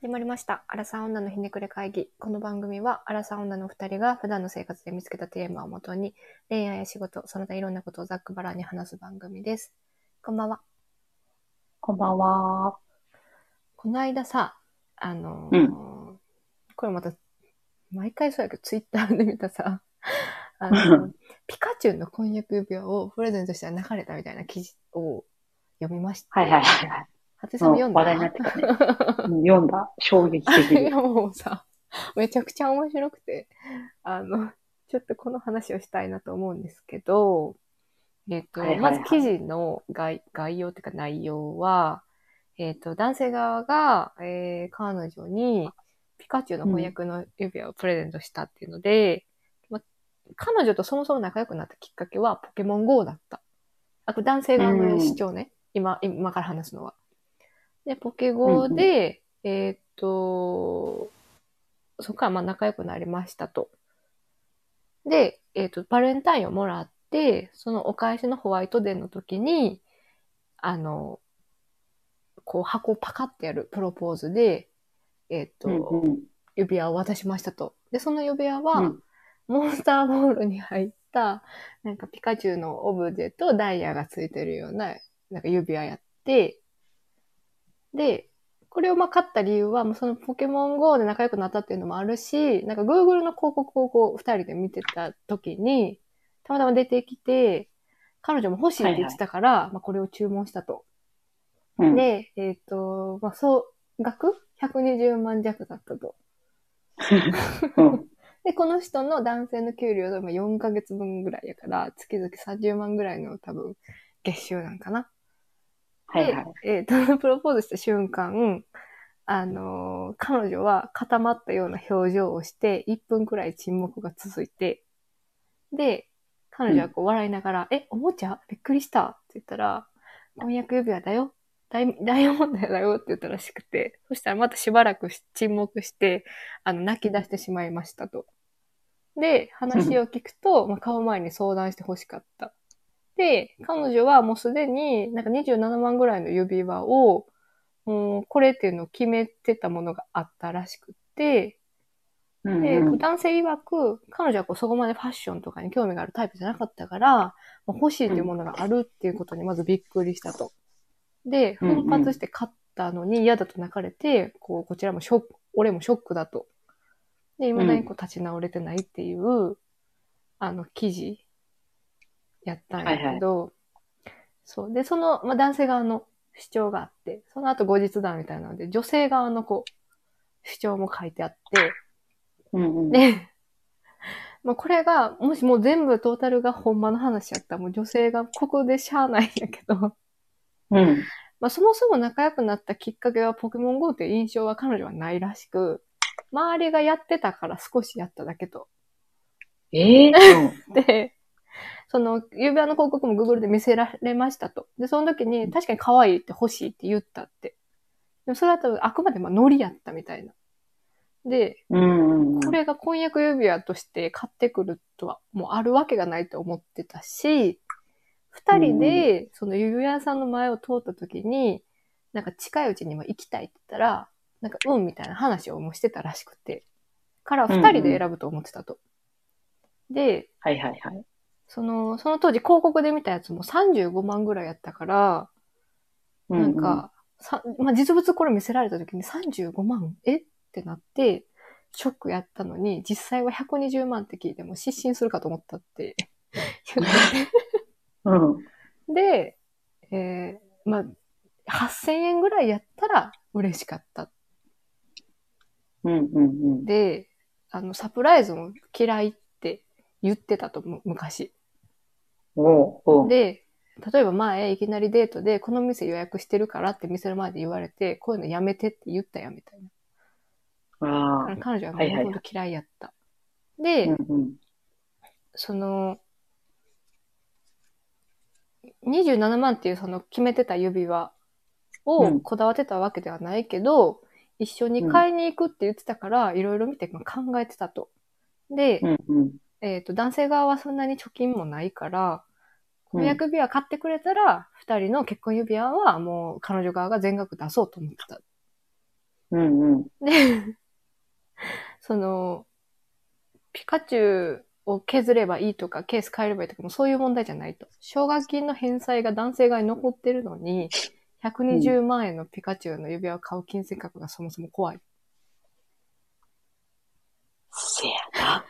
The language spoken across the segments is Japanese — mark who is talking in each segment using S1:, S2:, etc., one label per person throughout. S1: 始まりました。アラサー女のひねくれ会議。この番組は、アラサー女の二人が普段の生活で見つけたテーマをもとに、恋愛や仕事、その他いろんなことをざっくばらんに話す番組です。こんばんは。
S2: こんばんは。
S1: この間さ、あのー
S2: う
S1: これまた、毎回そうやけど、ツイッターで見た さ、あのピカチュウの婚約指輪をプレゼントしたら流れたみたいな記事を読みました。
S2: はいはいはいはい。
S1: はてさん
S2: う
S1: 読ん
S2: ん
S1: だ
S2: 話題になってたね。 うん読んだ。衝撃 的
S1: い
S2: で。
S1: やもうさ、めちゃくちゃ面白くて、あの、ちょっとこの話をしたいなと思うんですけど、えっ、と、
S2: はいはいはい
S1: まず記事の概概要というか内容は、えっ、と、男性側が、えー彼女にピカチュウの翻訳の指輪をプレゼントしたっていうので、ま彼女とそもそも仲良くなったきっかけはポケモン GO だった。あ、これ男性側の主張ね。今、今から話すのは。で、ポケ GO で、えーっと、そこからまあ仲良くなりましたと。で、えーっと、バレンタインをもらって、そのお返しのホワイトデーの時に、あの、こう箱をパカってやるプロポーズで、えーっと、
S2: うんうん
S1: 指輪を渡しましたと。で、その指輪は、
S2: うん
S1: モンスターボールに入った、なんかピカチュウのオブジェとダイヤがついてるような、なんか指輪やって、で、これをまあ買った理由は、もうそのポケモン GO で仲良くなったっていうのもあるし、なんか Google の広告をこう二人で見てた時に、たまたま出てきて、彼女も欲しいって言ってたから、まあこれを注文したと。
S2: うん。
S1: で、えっ、と、まあ、総額120万弱だったと。
S2: うん
S1: で、この人の男性の給料が今4ヶ月分ぐらいやから、月々30万ぐらいの多分、月収なんかな。
S2: はいはい。
S1: で、えっ、と、プロポーズした瞬間、あのー彼女は固まったような表情をして、1分くらい沈黙が続いて、で、彼女はこう笑いながら、え、おもちゃびっくりしたって言ったら、婚約指輪だよダイダイヤモンドだよって言ったらしくて、そしたらまたしばらくし沈黙して、あの、泣き出してしまいましたと。で、話を聞くと、まあ、買う前に相談して欲しかった。で、彼女はもうすでになんか27万ぐらいの指輪を、もうこれっていうのを決めてたものがあったらしくて、
S2: うん
S1: で、
S2: うん
S1: 男性曰く、彼女はこうそこまでファッションとかに興味があるタイプじゃなかったから、まあ欲しいというものがあるっていうことにまずびっくりしたと。で、
S2: うんうん
S1: 奮発して買ったのに嫌だと泣かれて、こう、こちらもショック、俺もショックだと。で、未だにこう立ち直れてないっていう、あの、記事やったんやけど、そう。で、その、まあ、男性側の主張があって、その後後日談みたいなので、女性側のこう、主張も書いてあって、
S2: うんうん。
S1: で、 まあこれが、もしもう全部トータルがほんまの話やったら、もう女性がここでしゃあないんやけど、 ま
S2: うん
S1: あそもそも仲良くなったきっかけはポケモン GO っていう印象は彼女はないらしく、周りがやってたから少しやっただけと。
S2: ええ
S1: で、その指輪の広告も Google で見せられましたと。で、その時に確かに可愛いって欲しいって言ったって。でもそれは多分あくまでまあノリやったみたいな。で、
S2: うんうん。
S1: これが婚約指輪として買ってくるとは、もうあるわけがないと思ってたし、二人で、その指輪屋さんの前を通った時に、なんか近いうちにも行きたいって言ったら、なんかうんみたいな話をもうしてたらしくて、から二人で選ぶと思ってたと。で、
S2: はいはいはい。
S1: その、その当時広告で見たやつも35万ぐらいやったから、
S2: う
S1: なん、か、さまあ、実物これ見せられた時に35万えってなって、ショックやったのに、実際は120万って聞いても失神するかと思ったって 言って
S2: うん。
S1: で、えー、まあ、8000円ぐらいやったら嬉しかった。
S2: うんうんうん。
S1: で、あの、サプライズも嫌いって言ってたと思う、昔。
S2: おうおう。
S1: で、例えば前、いきなりデートで、この店予約してるからって店の前で言われて、こういうのやめてって言ったやんみたいな。
S2: ああ。
S1: 彼女はも
S2: は
S1: う
S2: いはいはい
S1: ほんと嫌いやった。
S2: う
S1: で、
S2: んうん。
S1: その、27万っていうその決めてた指輪
S2: う
S1: を
S2: ん
S1: こだわってたわけではないけど、一緒に買いに行くって言ってたから、いろいろ見てまあ考えてたと。で、
S2: うんうん。
S1: えっ、と、男性側はそんなに貯金もないから、婚約指輪買ってくれたら、二人の結婚指輪はもう彼女側が全額出そうと思ってた。
S2: うんうん。
S1: で、その、ピカチュウを削ればいいとか、ケース変えればいいとかもそういう問題じゃないと。奨学金の返済が男性側に残ってるのに、120万円のピカチュウの指輪を買う金銭額がそもそも怖い。
S2: せやな。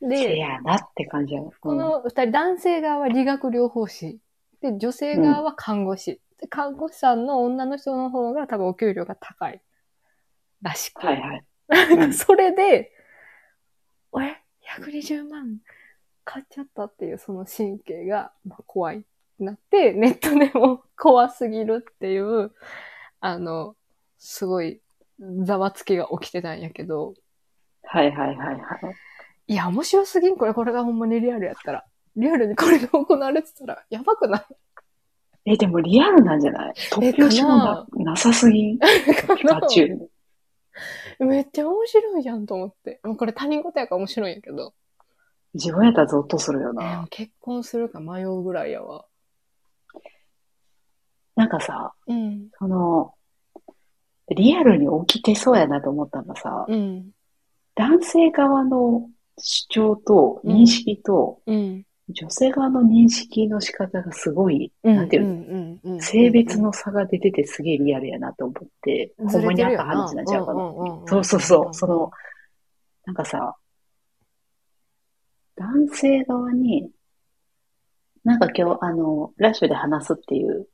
S2: せ
S1: で、
S2: やなって感じやな。
S1: この二人、男性側は理学療法士。で、女性側は看護師。で、看護師さんの女の人の方が多分お給料が高い。らしく。
S2: はいはい。
S1: なんか それで、え ?120 万買っちゃったっていうその神経が、まあ、怖いってなって、ネットでも 怖すぎるっていう、あの、すごいざわつきが起きてたんやけど、
S2: はいはいはいはい。
S1: いや、面白すぎんこれ、これがほんまにリアルやったら。リアルにこれが行われてたら、やばくない
S2: え、でもリアルなんじゃない突拍子もななさす ぎん。
S1: か
S2: ピカチュウ。
S1: めっちゃ面白いじゃんと思って。もうこれ他人事やから面白いんやけど。
S2: 自分やったらゾッとするよ
S1: え
S2: な。
S1: ー結婚するか迷うぐらいやわ。
S2: なんかさ、
S1: うん。
S2: その、リアルに起きてそうやなと思ったのがさ、
S1: うん。
S2: 男性側の主張と認識と、
S1: うん。
S2: 女性側の認識の仕方がすごい、なんていうの、
S1: んうんうん
S2: 性別の差が出ててすげえリアルやなと思って、
S1: ずれ
S2: に
S1: て
S2: あ
S1: る
S2: っ
S1: よ
S2: た
S1: な
S2: 話なんちゃうかな。
S1: んんんん
S2: そうそうそう、その、なんかさ、男性側に、なんか今日、あの、ラッシュで話すっていう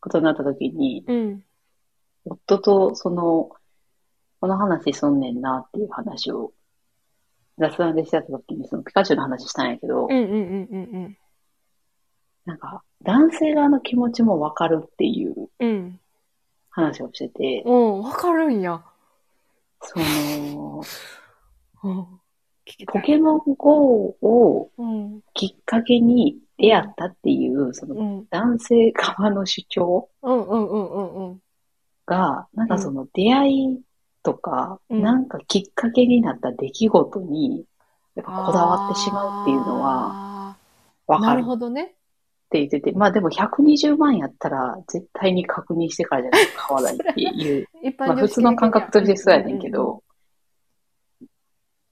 S2: ことになった時に、
S1: うん
S2: 夫とその、この話そんねんなっていう話を、雑談でしてた時に、そのピカチュウの話したんやけど、
S1: うんうんうんうん
S2: なんか、男性側の気持ちもわかるっていう
S1: うんうん
S2: 話をしてて、
S1: うんわかるんや
S2: その、
S1: うん
S2: ポケモン GO を
S1: うん
S2: きっかけに出会ったっていう、その
S1: うん
S2: 男性側の主張
S1: うんうんうんうんうん
S2: が、なんかその出会いとか、
S1: うん
S2: なんかきっかけになった出来事に、やっぱこだわってしまうっていうのは、
S1: あ
S2: わ
S1: ーな
S2: か
S1: る
S2: るって
S1: ほどね
S2: 言ってて、まあでも120万やったら、絶対に確認してからじゃないと買わないって いう、
S1: 一般
S2: まあ普通の感覚としてそうやねんけど、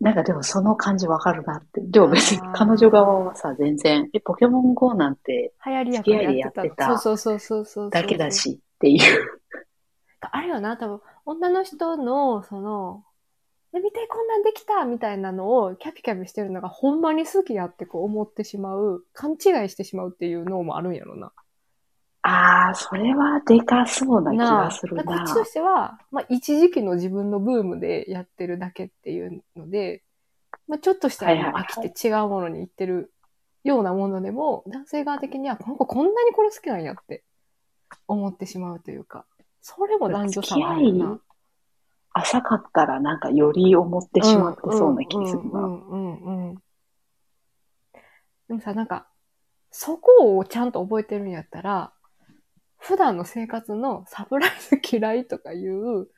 S2: なんかでもその感じわかるなって。でも別に
S1: あー
S2: 彼女側はさ、全然、え、ポケモン GO なんて
S1: 流行りやからやって
S2: 付き合いで
S1: た
S2: やってた
S1: そうそうそうそうそう
S2: だけだしっていう。
S1: あれよな、多分、女の人の、その、え、見て、こんなんできたみたいなのを、キャピキャピしてるのが、ほんまに好きやってこう思ってしまう、勘違いしてしまうっていうのもあるんやろな。
S2: ああ、それはでかそうな気
S1: な
S2: が
S1: あ
S2: する
S1: だからこ
S2: な
S1: っち。としては、まあ、一時期の自分のブームでやってるだけっていうので、まあ、ちょっとした
S2: はいは
S1: ら
S2: いはい
S1: 飽きて違うものに行ってるようなものでも、男性側的には、この子こんなにこれ好きなんやって思ってしまうというか、それも男女差があるよな。
S2: 浅かったらなんかより思ってしまってそうな気がする
S1: う
S2: な。
S1: んうんうんうんでもさ、なんか、そこをちゃんと覚えてるんやったら、普段の生活のサプライズ嫌いとかいう、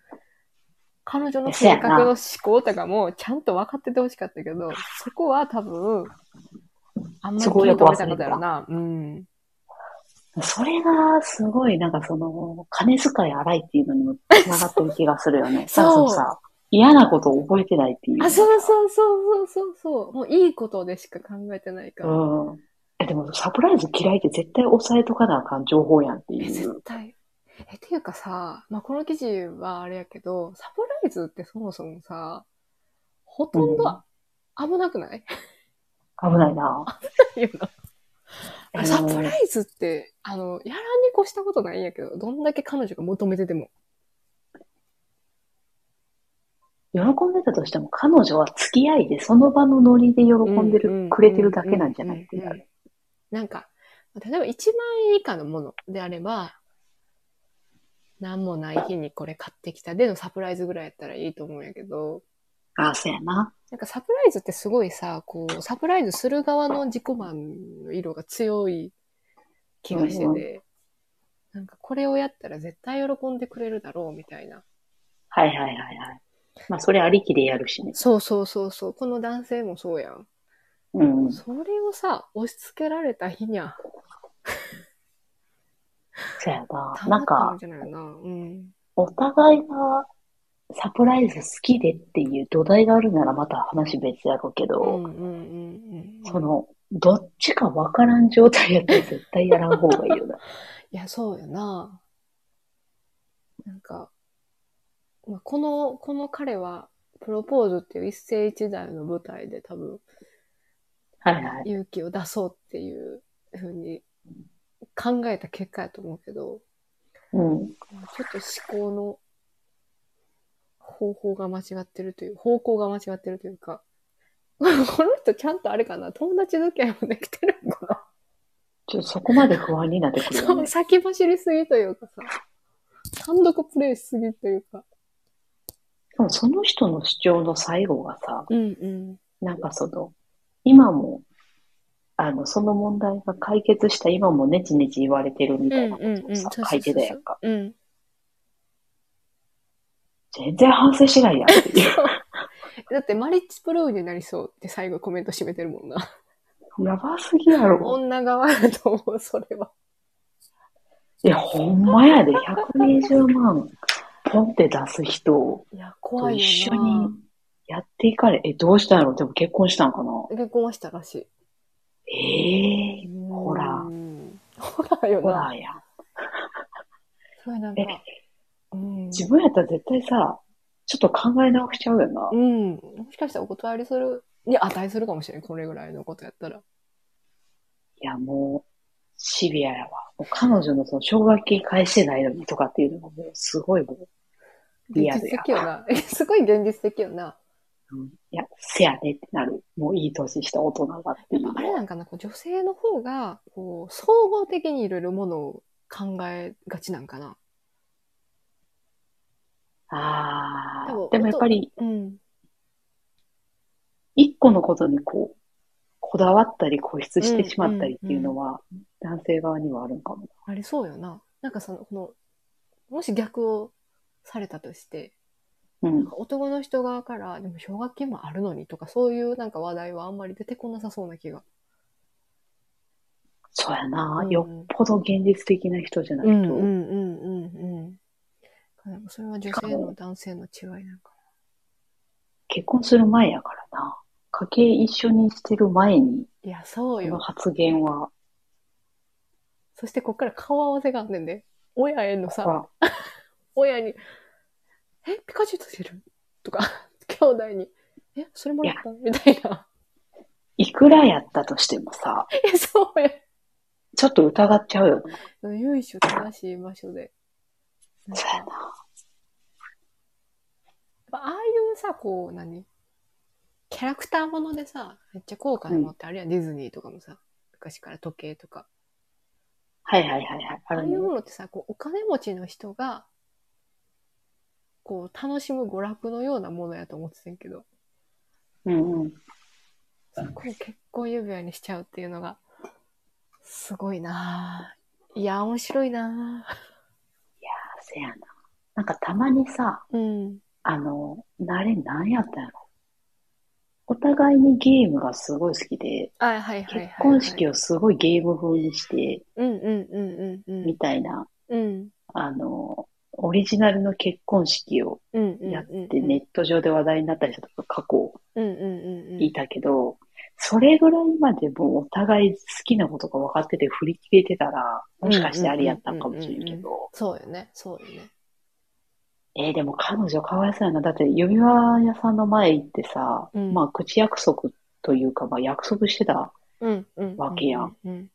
S1: 彼女の性格の思考とかもちゃんと分かっててほしかったけど、そこは多分、あんまり
S2: そ
S1: 気
S2: こを
S1: に
S2: よく
S1: 留め
S2: 忘
S1: た
S2: れ
S1: こと
S2: てた
S1: やろな。うん。
S2: それがすごいなんかその、金遣い荒いっていうのにも繋がってる気がするよね。
S1: そう
S2: だからのさ、嫌なことを覚えてないっていう。
S1: あ、そうそうそうそうそうそう。もういいことでしか考えてないから。
S2: うん。え、でもサプライズ嫌いって絶対押さえとかなあかん情報やんって
S1: え、
S2: い
S1: 絶
S2: う。
S1: 対。え、っていうかさ、まあ、この記事はあれやけど、サプライズってそもそもさ、ほとんど危なくない、
S2: 危ないな。
S1: いやな
S2: あの
S1: サプライズって、あの、やらんに越したことないんやけど、どんだけ彼女が求めてても。
S2: 喜んでたとしても彼女は付き合いでその場のノリで喜ん
S1: う
S2: で
S1: う
S2: る
S1: う、
S2: くれてるだけなんじゃないって
S1: うん
S2: いううん
S1: うんなんか、例えば1万円以下のものであれば、なんもない日にこれ買ってきたでのサプライズぐらいやったらいいと思うんやけど、
S2: あ、そうやな。
S1: なんかサプライズってすごいさ、こう、サプライズする側の自己満の色が強い気がして
S2: うんう
S1: て、なんかこれをやったら絶対喜んでくれるだろうみたいな。
S2: はいはいはいはい。まあ、それありきでやるしね。
S1: そうそうそうそう、この男性もそうやん。
S2: うん。
S1: それをさ、押し付けられた日にゃ、
S2: そうやな。
S1: た
S2: な
S1: ま
S2: ん
S1: った
S2: か
S1: ん、じゃないよな。うん。
S2: お互いがサプライズ好きでっていう土台があるならまた話別やろうけど、
S1: うんうんうんうん。
S2: その、どっちかわからん状態やったら 絶対やらん方がいいよな。
S1: いや、そうよな。なんか、まあ、この、この彼は、プロポーズっていう一世一代の舞台で多分、
S2: はいはい。
S1: 勇気を出そうっていうふうに考えた結果やと思うけど、
S2: うん。
S1: まあちょっと思考の方法が間違ってるという、方向が間違ってるというか、この人ちゃんとあれかな、友達付き合いもできてるのかな。
S2: ちょっとそこまで不安になってくる
S1: そ
S2: よ
S1: う、
S2: ね。
S1: 先走りすぎというかさ、単独プレイしすぎというか。
S2: でもその人の主張の最後がさ、
S1: うんうん。
S2: なんかその、今も、あの、その問題が解決した今もネチネチ言われてるみたいなこ
S1: うんうんう
S2: と
S1: ん
S2: を
S1: そう
S2: さ
S1: そうそう、
S2: 書いてたやんか。
S1: うん。
S2: 全然反省しないやん っていう。
S1: だってマリッチプローになりそうって最後コメント締めてるもんな。
S2: やばすぎやろ。
S1: 女側だと思う、それは。
S2: いや、ほんまやで、120万、ポンって出す人を
S1: いや、
S2: と
S1: 怖いよ
S2: 一
S1: な。
S2: 緒にやっていかれ、え、どうしたんやろでも結婚したんかな
S1: 結婚はしたらし
S2: ええ
S1: い。
S2: ホラー
S1: ー。ホラーよ
S2: ー、ほら
S1: な。
S2: や。
S1: それなんか
S2: え、、
S1: うん。
S2: 自分やったら絶対さ、ちょっと考え直しちゃうよな。
S1: うん。もしかしたらお断りする、に値するかもしれん。これぐらいのことやったら。
S2: いや、もう、シビアやわ。もう彼女のその奨学金返してないのにとかっていうのがもうすごいもう、
S1: 現
S2: リアル
S1: 実
S2: や
S1: 的よな。え、 すごい現実的よな。
S2: うんいや、せやねってなる。もういい年した大人がって
S1: やっ
S2: いう
S1: ぱ。あれなんかな、こう女性の方が、こう、総合的にいろいろものを考えがちなんかな。
S2: あ
S1: でも
S2: あ。でもやっぱり、
S1: うん。
S2: 一個のことにこう、こだわったり固執してしまったりっていうのは、男性側にはあるんかも。
S1: ありそうよな。なんかその、この、もし逆をされたとして、
S2: うん。
S1: 男の人側から、でも奨学金もあるのにとか、そういうなんか話題はあんまり出てこなさそうな気が。
S2: そうやな
S1: う。ん
S2: よっぽど現実的な人じゃない
S1: うんうん
S2: と。
S1: うんうんうん。なんかそれは女性の男性の違いなんか
S2: 結婚する前やからな。家計一緒にしてる前に、
S1: な。いや、そう
S2: この
S1: よ。
S2: 発言は、
S1: そしてこっから顔合わせがあんねんで。親へのさ、
S2: は
S1: 親に、え、ピカチュウと出るとか、 兄弟に、え、それもらったみたいな。
S2: いくらやったとしてもさ、
S1: え、そうや。
S2: ちょっと疑っちゃうよね。
S1: 由緒正しい場所で。なん
S2: そう
S1: か
S2: やな。
S1: やっぱああいうさ、こう、何キャラクターものでさ、めっちゃ高価なものってあるやん、ディズニーとかもさ、昔から時計とか。
S2: はいはいはいはい。
S1: あ
S2: あ
S1: あ
S2: の
S1: いうものってさ、こう、お金持ちの人が、こう、楽しむ娯楽のようなものやと思ってたんやけど、
S2: うんうん。
S1: そこを結婚指輪にしちゃうっていうのが、すごいなぁ。いや、面白いな
S2: あせやな。なんかたまにさ、
S1: ぁ。うん。
S2: あの、あれ何やったんやろ。お互いにゲームがすごい好きで、
S1: あ、はいはいはい、はい。
S2: 結婚式をすごいゲーム風にして、
S1: うんうんうんうんうん
S2: み。たいな、
S1: うん。
S2: あの、オリジナルの結婚式を
S1: うんうんうん。
S2: やってネット上で話題になったりしたとか過去
S1: うんうんうんうん。
S2: いたけど、それぐらいまでもうお互い好きなことが分かってて振り切れてたら、もしかしてあれやったんかもしれんけど。
S1: そうよね、そうよね。
S2: えーでも彼女かわいそうやな。だって指輪屋さんの前行ってさ、
S1: うん
S2: まあ口約束というか、まあ約束してた。
S1: うん、うん。
S2: わけやん。
S1: うん。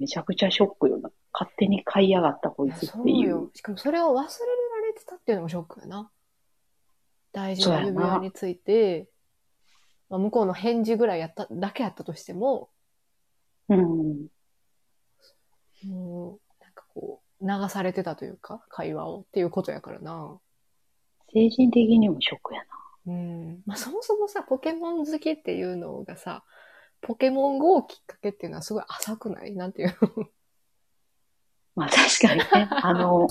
S2: めちゃくちゃショックよな。勝手に買いやがったこ
S1: い
S2: い
S1: や
S2: つっ
S1: そ
S2: て
S1: う
S2: い
S1: よ
S2: う。。
S1: しかもそれを忘れられてたっていうのもショックやな。大事な
S2: そうや
S1: 指
S2: な
S1: 輪について、まあ、向こうの返事ぐらいやった、だけやったとしても、
S2: うん。
S1: もう、なんかこう、流されてたというか、会話をっていうことやからな。
S2: 精神的にもショックやな。
S1: うん。まあ、そもそもさ、ポケモン好きっていうのがさ、ポケモン GO をきっかけっていうのはすごい浅くないなんていうの
S2: まあ確かにね、あの、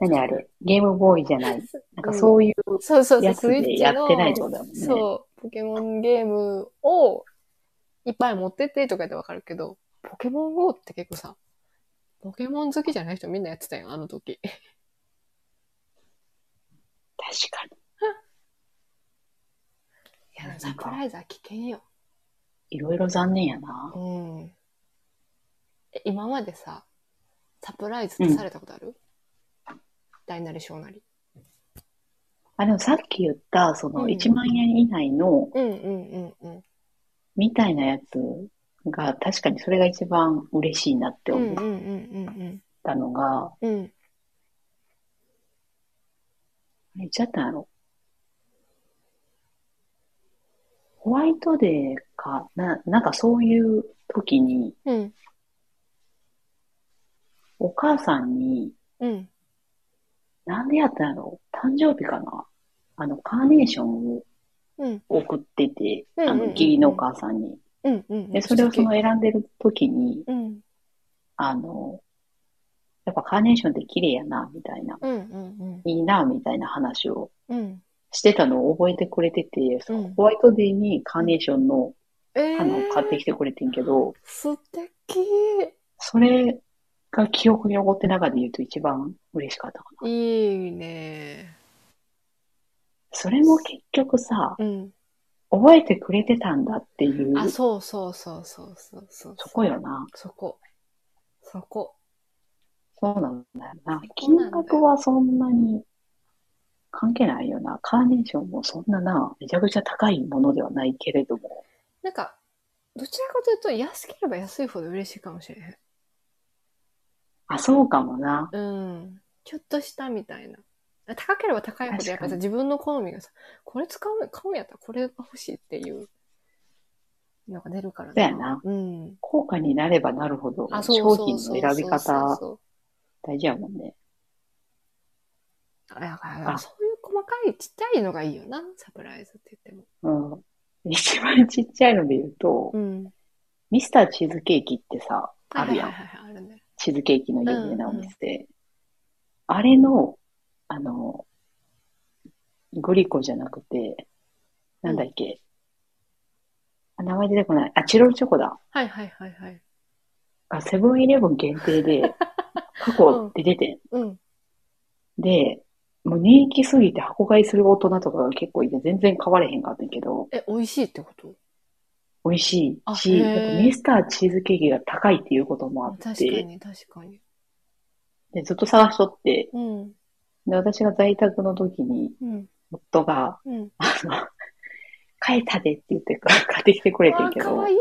S2: 何あれ、ゲームボーイじゃない。なんかそういう、
S1: そうそうそう、
S2: やつ
S1: スイッ
S2: で
S1: チ
S2: や
S1: の
S2: ってないってことだもんね。
S1: そう、ポケモンゲームをいっぱい持ってってとかでわかるけど、ポケモン GO って結構さ、ポケモン好きじゃない人みんなやってたよ、あの時。
S2: かに。いや、な
S1: サ
S2: ん
S1: プ
S2: か、
S1: ライズは危険よ。
S2: いろいろ残念やな。
S1: うん。え今までさ、サプライズってされたことある、大なり小なり。
S2: あ、でもさっき言った、その
S1: うん
S2: 1万円以内の、
S1: うんうんうんうん。
S2: みたいなやつが、確かにそれが一番嬉しいなって
S1: うんうん
S2: 思
S1: う
S2: っ
S1: んうん
S2: たのが、
S1: うん。うん。
S2: 言っちゃったんやろ。ホワイトデーか、な、なんかそういう時に、
S1: うん。
S2: お母さんに、
S1: うん。
S2: なんでやったんやろ誕生日かなあの、カーネーションを
S1: うん。
S2: 送ってて、あ
S1: うんうんうんう
S2: の、
S1: ん
S2: 義理のお母さんに。
S1: うん。うん。
S2: で、それをその選んでる時に、
S1: うん。
S2: あの、やっぱカーネーションって綺麗やな、みたいな。
S1: うんうん
S2: いいな、みたいな話を
S1: うん。うん。
S2: してたのを覚えてくれてて、その
S1: うん
S2: ホワイトデーにカーネーションの
S1: え
S2: 花を買ってき
S1: ー、
S2: てくれてんけど、
S1: 素敵
S2: それが記憶に残って中で言うと一番嬉しかったかな。
S1: いいね。
S2: それも結局さ、
S1: うん。
S2: 覚えてくれてたんだっていう、
S1: あ、
S2: そ
S1: そうそうそうそうそうそう。
S2: こよな。
S1: そこ。そこ。
S2: そうなんだよ
S1: そ
S2: な。
S1: こなんだ
S2: 金
S1: よ
S2: 額はそんなに関係ないよな。カーネーションもそんなな、めちゃくちゃ高いものではないけれども、
S1: なんか、どちらかというと、安ければ安いほど嬉しいかもしれへん。
S2: あ、そうかもな。
S1: うん。ちょっとしたみたいな。高ければ高いほど、やっぱ
S2: 確
S1: さ、
S2: かに
S1: 自分の好みがさ、これ使うの、買うんやったらこれが欲しいっていうのが出るから
S2: そうやな。
S1: うん。
S2: 高価になればなるほど、
S1: あ、そう
S2: 商
S1: そう
S2: 品の
S1: そう
S2: 選び
S1: そう
S2: 方
S1: そう
S2: 大事やもんね。
S1: そうだから、
S2: あ
S1: そういう細かいちっちゃいのがいいよな、サプライズって言って
S2: うん。一番ちっちゃいので言うと、
S1: も。うん。
S2: ミスターチーズケーキってさ、あるやん。
S1: はいはいはいはい、あるね。
S2: チーズケーキの有名なお店で、あれの、あの、グリコじゃなくて、なんだっけ、あ名前出てこない。あ、チロルチョコだ。
S1: はいはいはいはい。
S2: あ、セブンイレブン限 定で、過去で出て
S1: うん。
S2: ん。で、もう人気すぎて箱買いする大人とかが結構いて、全然買われへんかったんやけど、
S1: え、美味しいってこと
S2: 美味し
S1: あ
S2: い
S1: へ
S2: し、
S1: ー
S2: やっぱミスターチーズケーキが高いっていうこともあ
S1: 確か
S2: って、
S1: に確かに。
S2: でずっと探しとって、
S1: うん。
S2: で、私が在宅の時に、
S1: うん。
S2: 夫が、
S1: うん。
S2: あの、買えたでって言って買ってきてくれて
S1: あ
S2: ん
S1: ー、
S2: け
S1: か
S2: ど
S1: わい、い。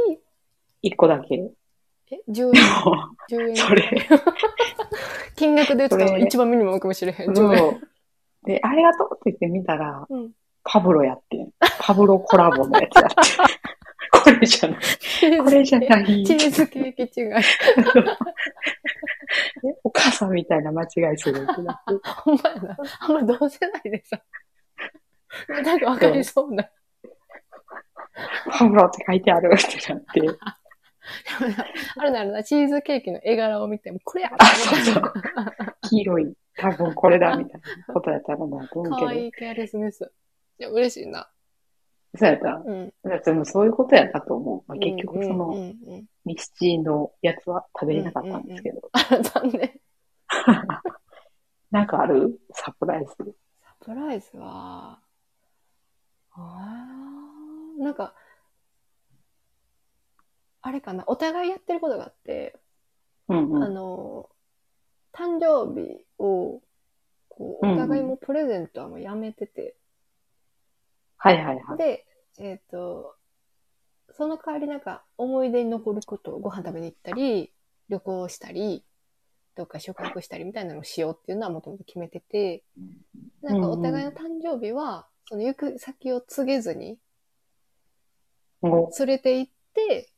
S2: 一個だけ。
S1: え、10円。10円。
S2: それ。
S1: 金額で言うと多
S2: そ
S1: 分
S2: れ
S1: 一番ミニマムかもしれへん。
S2: そ
S1: 10円。
S2: う。で、ありがとうって言ってみたら、
S1: うん
S2: パブロやってん。パブロコラボのやつやって。これじゃない。これじゃない。
S1: チーズケーキ違い。
S2: お母さんみたいな間違いするってなって。
S1: ほんまやな。あんま同世代でさ。なんかわかりそうな。
S2: パブロって書いてあるってなって。
S1: あるなるな、チーズケーキの絵柄を見ても、これや
S2: あ、そうそう。黄色い。多分これだみたいなことやったらなと思う
S1: か
S2: けど。
S1: わいいケアレスミス。いや、嬉しいな。
S2: そうやった。
S1: うん。
S2: だってもうそういうことやったと思う。まあ、結局その、
S1: うんうんうんうん
S2: ミスチーのやつは食べれなかったんですけど。
S1: あ残念。
S2: なんかあるサプライズ。
S1: サ プライズは、あーなんか、あれかな、お互いやってることがあって、
S2: うん
S1: あの、誕生日を、こう、
S2: うんう
S1: お
S2: ん
S1: 互いもプレゼントはもうやめてて、
S2: はいはいはい。
S1: で、えっ、と、その代わりなんか思い出に残ることをご飯食べに行ったり、旅行したり、どっか宿泊したりみたいなのをしようっていうのはもともと決めてて、なんかお互いの誕生日は、その行く先を告げずに、
S2: も
S1: 連れて行って、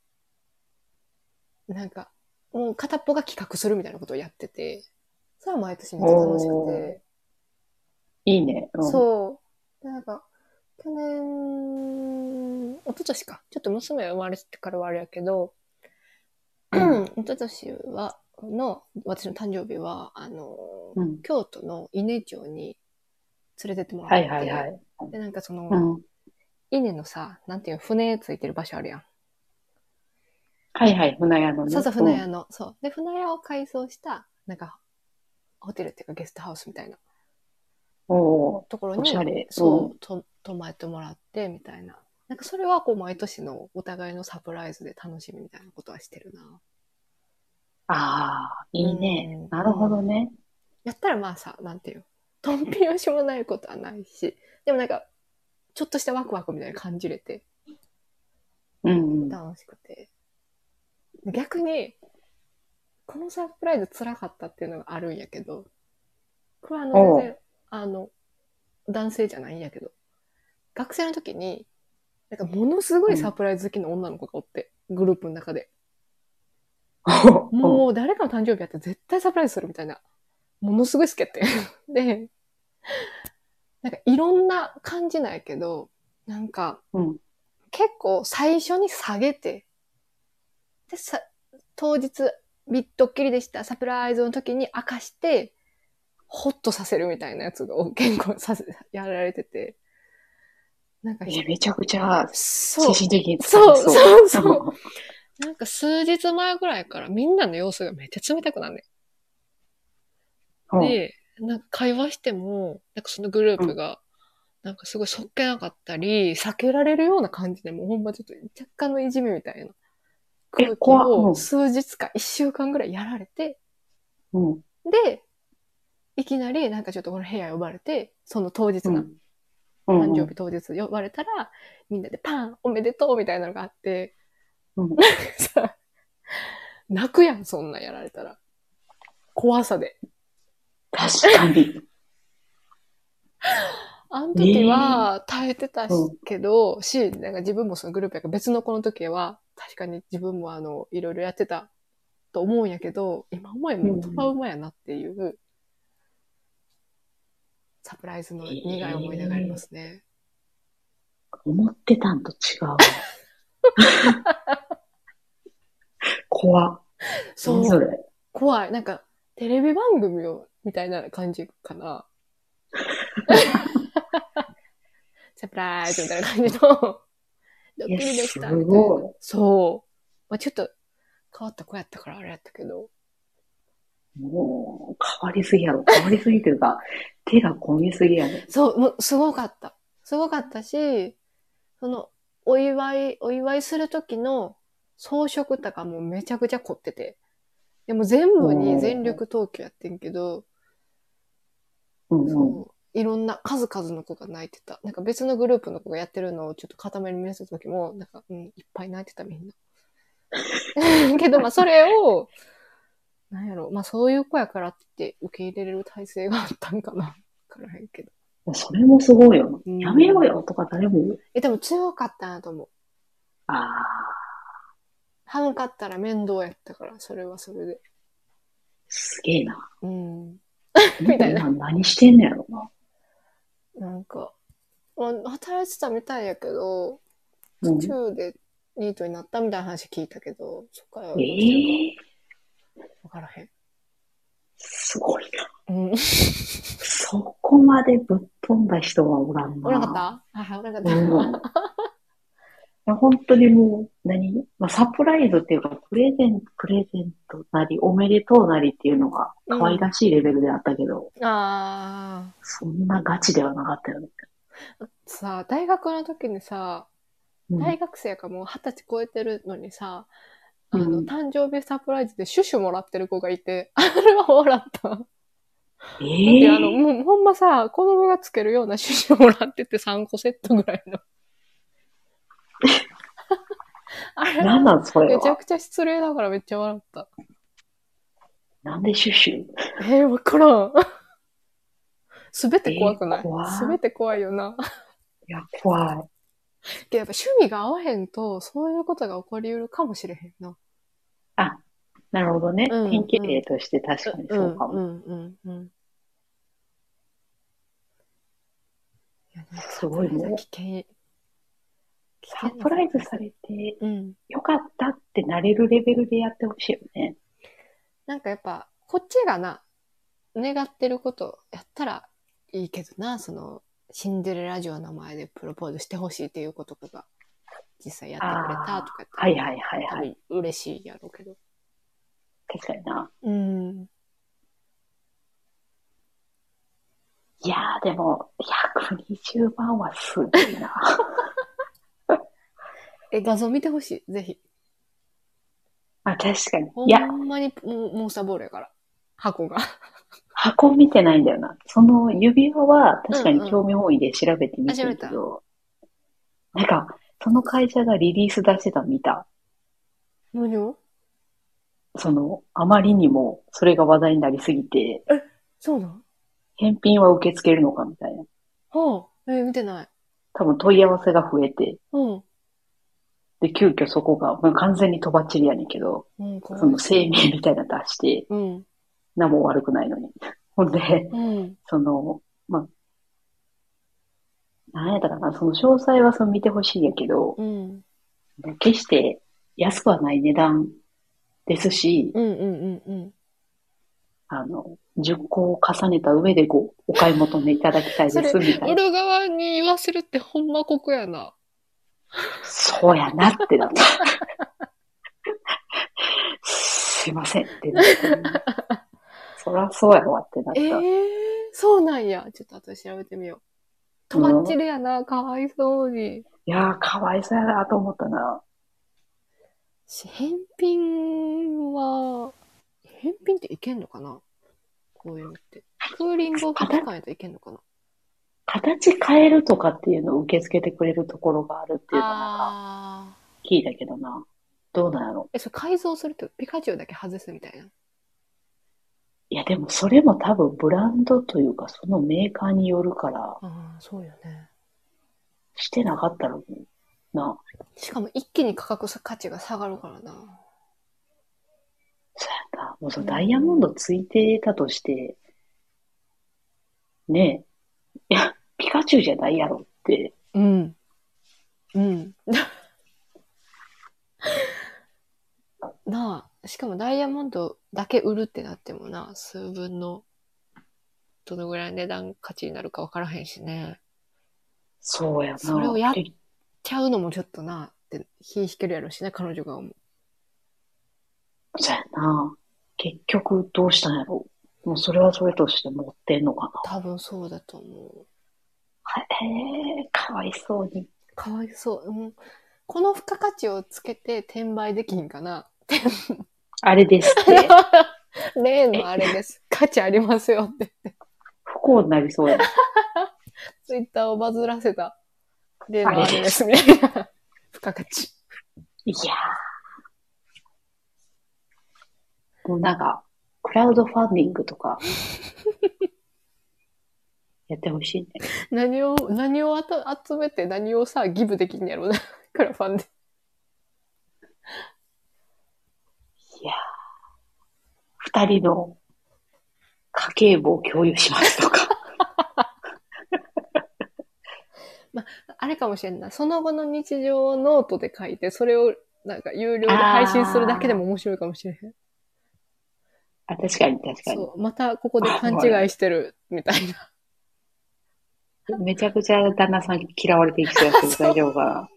S1: なんか、もう片っぽが企画するみたいなことをやってて、それは毎年めっちゃ楽しくて。
S2: う、いいね。うん、
S1: そう。でなんか、去年、一昨年か。ちょっと娘が生まれてからはあれやけど、
S2: うん
S1: 一昨年は、の、私の誕生日は、あの、
S2: うん。
S1: 京都の稲町に連れてっても
S2: は
S1: らっ
S2: い
S1: て、
S2: はいはい。
S1: で、なんかその、
S2: うん。
S1: 稲のさ、なんていうの船ついてる場所あるやん。
S2: はいはい、船屋のね。
S1: そうそう、船屋の。そう。で、船屋を改装した、なんか、ホテルっていうかゲストハウスみたいな。
S2: うんおーお
S1: ところ
S2: お
S1: に
S2: しゃれ
S1: そううと泊まってもらってみたいななんかそれはこう毎年のお互いのサプライズで楽しみみたいなことはしてるな
S2: ああ、いいね
S1: うん。
S2: なるほどね。
S1: やったらまあさなんていうとん拍子もないことはないしでもなんかちょっとしたワクワクみたいなの感じれて
S2: うんうん。
S1: 楽しくて逆にこのサプライズ辛かったっていうのがあるんやけどこれはあの
S2: おう
S1: 全然あの男性じゃないんやけど学生の時になんかものすごいサプライズ好きな女の子がおって、グループの中でもう誰かの誕生日やったら絶対サプライズするみたいな。ものすごい好きやって。 で、なんかいろんな感じなんやけど、なんか
S2: うん。
S1: 結構最初に下げて、で、さ、当日、ビットッキリでした、サプライズの時に明かして、ホッとさせるみたいなやつが結構させ、やられてて。なんか、
S2: え、めちゃくちゃ
S1: そ
S2: 精
S1: う。
S2: 神的に疲れ。
S1: そうそうそうなんか数日前ぐらいからみんなの様子がめっちゃ冷たくなんねん
S2: うん
S1: で、なんか会話しても、なんかそのグループが、なんかすごいそっけなかったり、避けられるような感じで、もうほんまちょっと若干のいじめみたいな
S2: え
S1: 空気
S2: 怖っう
S1: を
S2: ん
S1: 数日か1週間ぐらいやられて、
S2: うん。
S1: で、いきなりなんかちょっとこの部屋呼ばれて、その当日
S2: う
S1: な、
S2: ん。うん
S1: 誕生日当日呼ばれたら、みんなでパンおめでとうみたいなのがあって、
S2: うん
S1: さ、 泣くやん、そんなんやられたら。怖さで。
S2: 確かに。
S1: あの時は耐えてたしけど、し、なんか自分もそのグループやから別の子の時は、確かに自分もあの、いろいろやってたと思うんやけど、今思えばもうトラウマやなっていう、サプライズの苦い思い出がありますね。
S2: 思ってたんと違 うわ。怖っ。
S1: そ、
S2: 何そうれ。
S1: 怖い。なんか、テレビ番組を、みたいな感じか な。サプライズみたいな感じの、ドッキリでしたみたいな。
S2: すごい。
S1: そう。まあ、ちょっと変わった子やったからあれやったけど。
S2: もう、変わりすぎ やろ。変わりすぎというか、手が込みすぎやろ。
S1: そう、もうすごかった。すごかったし、その、お祝い、お祝いする時の装飾とかもめちゃくちゃ凝ってて。でも全部に全力投球やってんけど、
S2: うんうん。
S1: そういろんな数々の子が泣いてた。なんか別のグループの子がやってるのをちょっと固めに見せた時も、なんか、うん、いっぱい泣いてたみんな。 けど、まあそれを、なんやろ、まあそういう子やからって受け入れれる体制があったんかな。わからへんけど。
S2: それもすごいよ
S1: う
S2: な。
S1: ん
S2: やめろよとか誰も言う。
S1: え、でも強かったなと思う。
S2: ああ、
S1: 歯向かったら面倒やったから、それはそれで。
S2: すげえな。
S1: うん。み
S2: みた
S1: た
S2: い
S1: いな
S2: な。何してんのやろな。
S1: なんか、まあ、働いてたみたいやけど、
S2: うん
S1: 途中でニートになったみたいな話聞いたけど、そっからどう
S2: え
S1: してる
S2: え
S1: かわからへん。
S2: すごいな。
S1: うん。
S2: そこまでぶっ飛んだ人はおらん な。
S1: おらんかったあ、おらんかった。
S2: うん。いや本当にもう、何まあ、サプライズっていうか、プレゼント、プレゼントなり、おめでとうなりっていうのが、可愛らしいレベルであったけど、
S1: あ
S2: そんなガチではなかったよね。
S1: ーさあ、大学の時にさ、
S2: うん
S1: 大学生やからもう二十歳超えてるのにさ、あの、
S2: うん
S1: 誕生日サプライズでシュシュもらってる子がいて、 あれはもらった。だっ
S2: え
S1: て
S2: え
S1: あの、もうほんまさ、子供がつけるようなシュシュもらってて3個セットぐらいの。 あれ
S2: なんなんそれ
S1: めちゃ
S2: は。
S1: くちゃ失礼だからめっちゃ笑った。
S2: なんでシュッシュ
S1: えー、わからん。 すべて怖くな
S2: え
S1: い
S2: ー怖い
S1: すべて怖いよな。
S2: いや、怖い。
S1: けどやっぱ趣味が合わへんと、そういうことが起こりうるかもしれへんな。
S2: あ、なるほどね。
S1: うん
S2: 典型例として確かにそうかも。
S1: んうんうん。いやなんか
S2: すごいね
S1: 危険。危
S2: サ
S1: 険
S2: プライズされて
S1: うん。
S2: よかったってなれるレベルでやってほしいよね。
S1: なんかやっぱ、こっちがな、願ってることやったらいいけどな、その、シンデレラ城の前でプロポーズしてほしいっていうこととか、実際やってくれたとかやったら
S2: はいはいはい
S1: 多
S2: はい。
S1: 分嬉しいやろうけど。
S2: 確かにな。
S1: うん。
S2: いやーでも、いやカニ十番はすごい な。
S1: え、画像見てほしい。ぜひ。
S2: あ、確かに。
S1: ほ
S2: いや、
S1: んまにモモンスターボールやから。箱 が。
S2: 箱見てないんだよな。その指輪は確かに興味本位で調べてみてるけど、なんか、その会社がリリース出してたの見た。
S1: 何を
S2: その、あまりにもそれが話題になりすぎて、
S1: そうなん
S2: 返品は受け付けるのかみたいな。
S1: はあ。え、見てない。
S2: 多分問い合わせが増えて、
S1: うん。
S2: で、急遽そこが、まあ、完全にとばっちりやねんけど、
S1: うん、かわい
S2: そ
S1: い
S2: の声明みたいなの出して、
S1: うん。
S2: 何も悪くないのに。ほんで、
S1: うん。
S2: その、まあ、なんやったかな、その詳細はその見てほしいんやけど、
S1: うん。
S2: 決して安くはない値段ですし、
S1: うんうんうんうん。
S2: あの、10個を重ねた上でごお買い求めいただきたいです、
S1: そ
S2: みたい
S1: 売
S2: な。
S1: る側に言わせるってほんまここやな。
S2: そうやなってなった。すいませんってなった。そらそうやわってな
S1: ええ
S2: った。
S1: そうなんや。ちょっと後で調べてみよう。とばっちりやな。かわいそうに。
S2: いやー、かわいそうやなと思ったな。
S1: し返品は、返品っていけんのかなこういうのって。クーリングオフ期間やといけんのかな
S2: 形変えるとかっていうのを受け付けてくれるところがあるっていうのはなんか
S1: ああ。
S2: 聞いたけどな。どうなんやろ
S1: え、それ改造するとピカチュウだけ外すみたいな。
S2: いや、でもそれも多分ブランドというか、そのメーカーによるから、
S1: ああ、そうよね。
S2: してなかったら、な、
S1: しかも一気に価格さ価値が下がるからな。
S2: そうやな。もうそのダイヤモンドついてたとして、ねえ、いや、ピカチュウじゃないやろって、
S1: うん。うん。なあ、しかもダイヤモンドだけ売るってなってもな、数分の、どのぐらいの値段価値になるか分からへんしね。
S2: そうやな。
S1: それをやっ
S2: で
S1: ちゃうのもちょっとな、って、火引けるやろしね、彼女が思う。
S2: そうやな。結局どうしたんやろもうそれはそれとして持ってんのかな。
S1: 多分そうだと思
S2: ええかわいそうに。
S1: う。かわいそう。うん、この付加価値をつけて転売できんかな。
S2: あれです って。
S1: 例のあれです。価値ありますよって。
S2: 不幸になりそうや。
S1: ツイッターをバズらせた。例のあれ
S2: あれ
S1: で、
S2: です
S1: みたいな。 付加価値。
S2: いやー。もうなんか、クラウドファンディングと か、やってほしいね。
S1: 何を、何をあた集めて何をさ、ギブできんやろうな。 クラファンで。
S2: いやー。二人の家計簿を共有しますと か。
S1: あれかもしれんな。その後の日常をノートで書いて、それをなんか有料で配信するだけでも面白いかもしれへん。
S2: あ、確かに確かに
S1: そ。う。またここで勘違いしてる、みたいな。
S2: めちゃくちゃ旦那さん嫌われていきそうやけど大丈夫かな。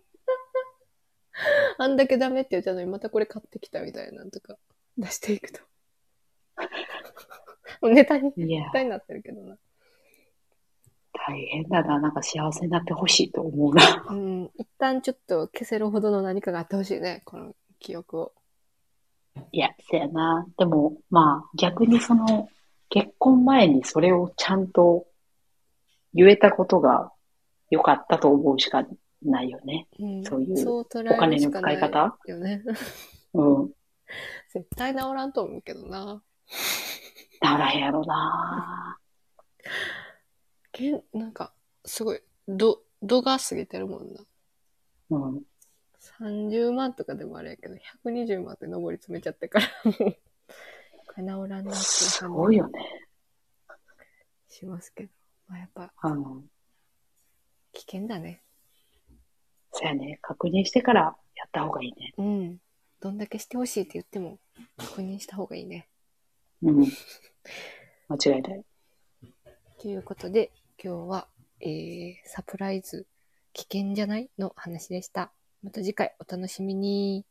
S1: あんだけダメって言ったのに、またこれ買ってきたみたいなのとか、出していく と。もうネタに、ネ
S2: いやー、
S1: タになってるけどな。
S2: 大変だな。なんか幸せになってほしいと思うな。
S1: うん。一旦ちょっと消せるほどの何かがあってほしいね。この記憶を。
S2: いや、そやな。でも、まあ、逆にその、結婚前にそれをちゃんと言えたことが良かったと思うしかないよね。
S1: うん
S2: そういう
S1: そう捉えるしかない
S2: お金の使い方
S1: よね。
S2: うん。
S1: 絶対治らんと思うけどな。
S2: ならへんやろな。
S1: けんなんか、すごい、ど、度が過ぎてるもんな。
S2: うん。
S1: 30万とかでもあれやけど、120万って上り詰めちゃってから、もう、これ治らんなっていう
S2: す
S1: 感
S2: ごいよね。
S1: じしますけど。まあやっぱ、
S2: あの、
S1: 危険だね。
S2: そやね。確認してからやった方がいいね。
S1: うん。どんだけしてほしいって言っても、確認した方がいいね。
S2: うん。間違いない。
S1: ということで、今日は、えー、サプライズ、危険じゃないの話でした。また次回お楽しみに。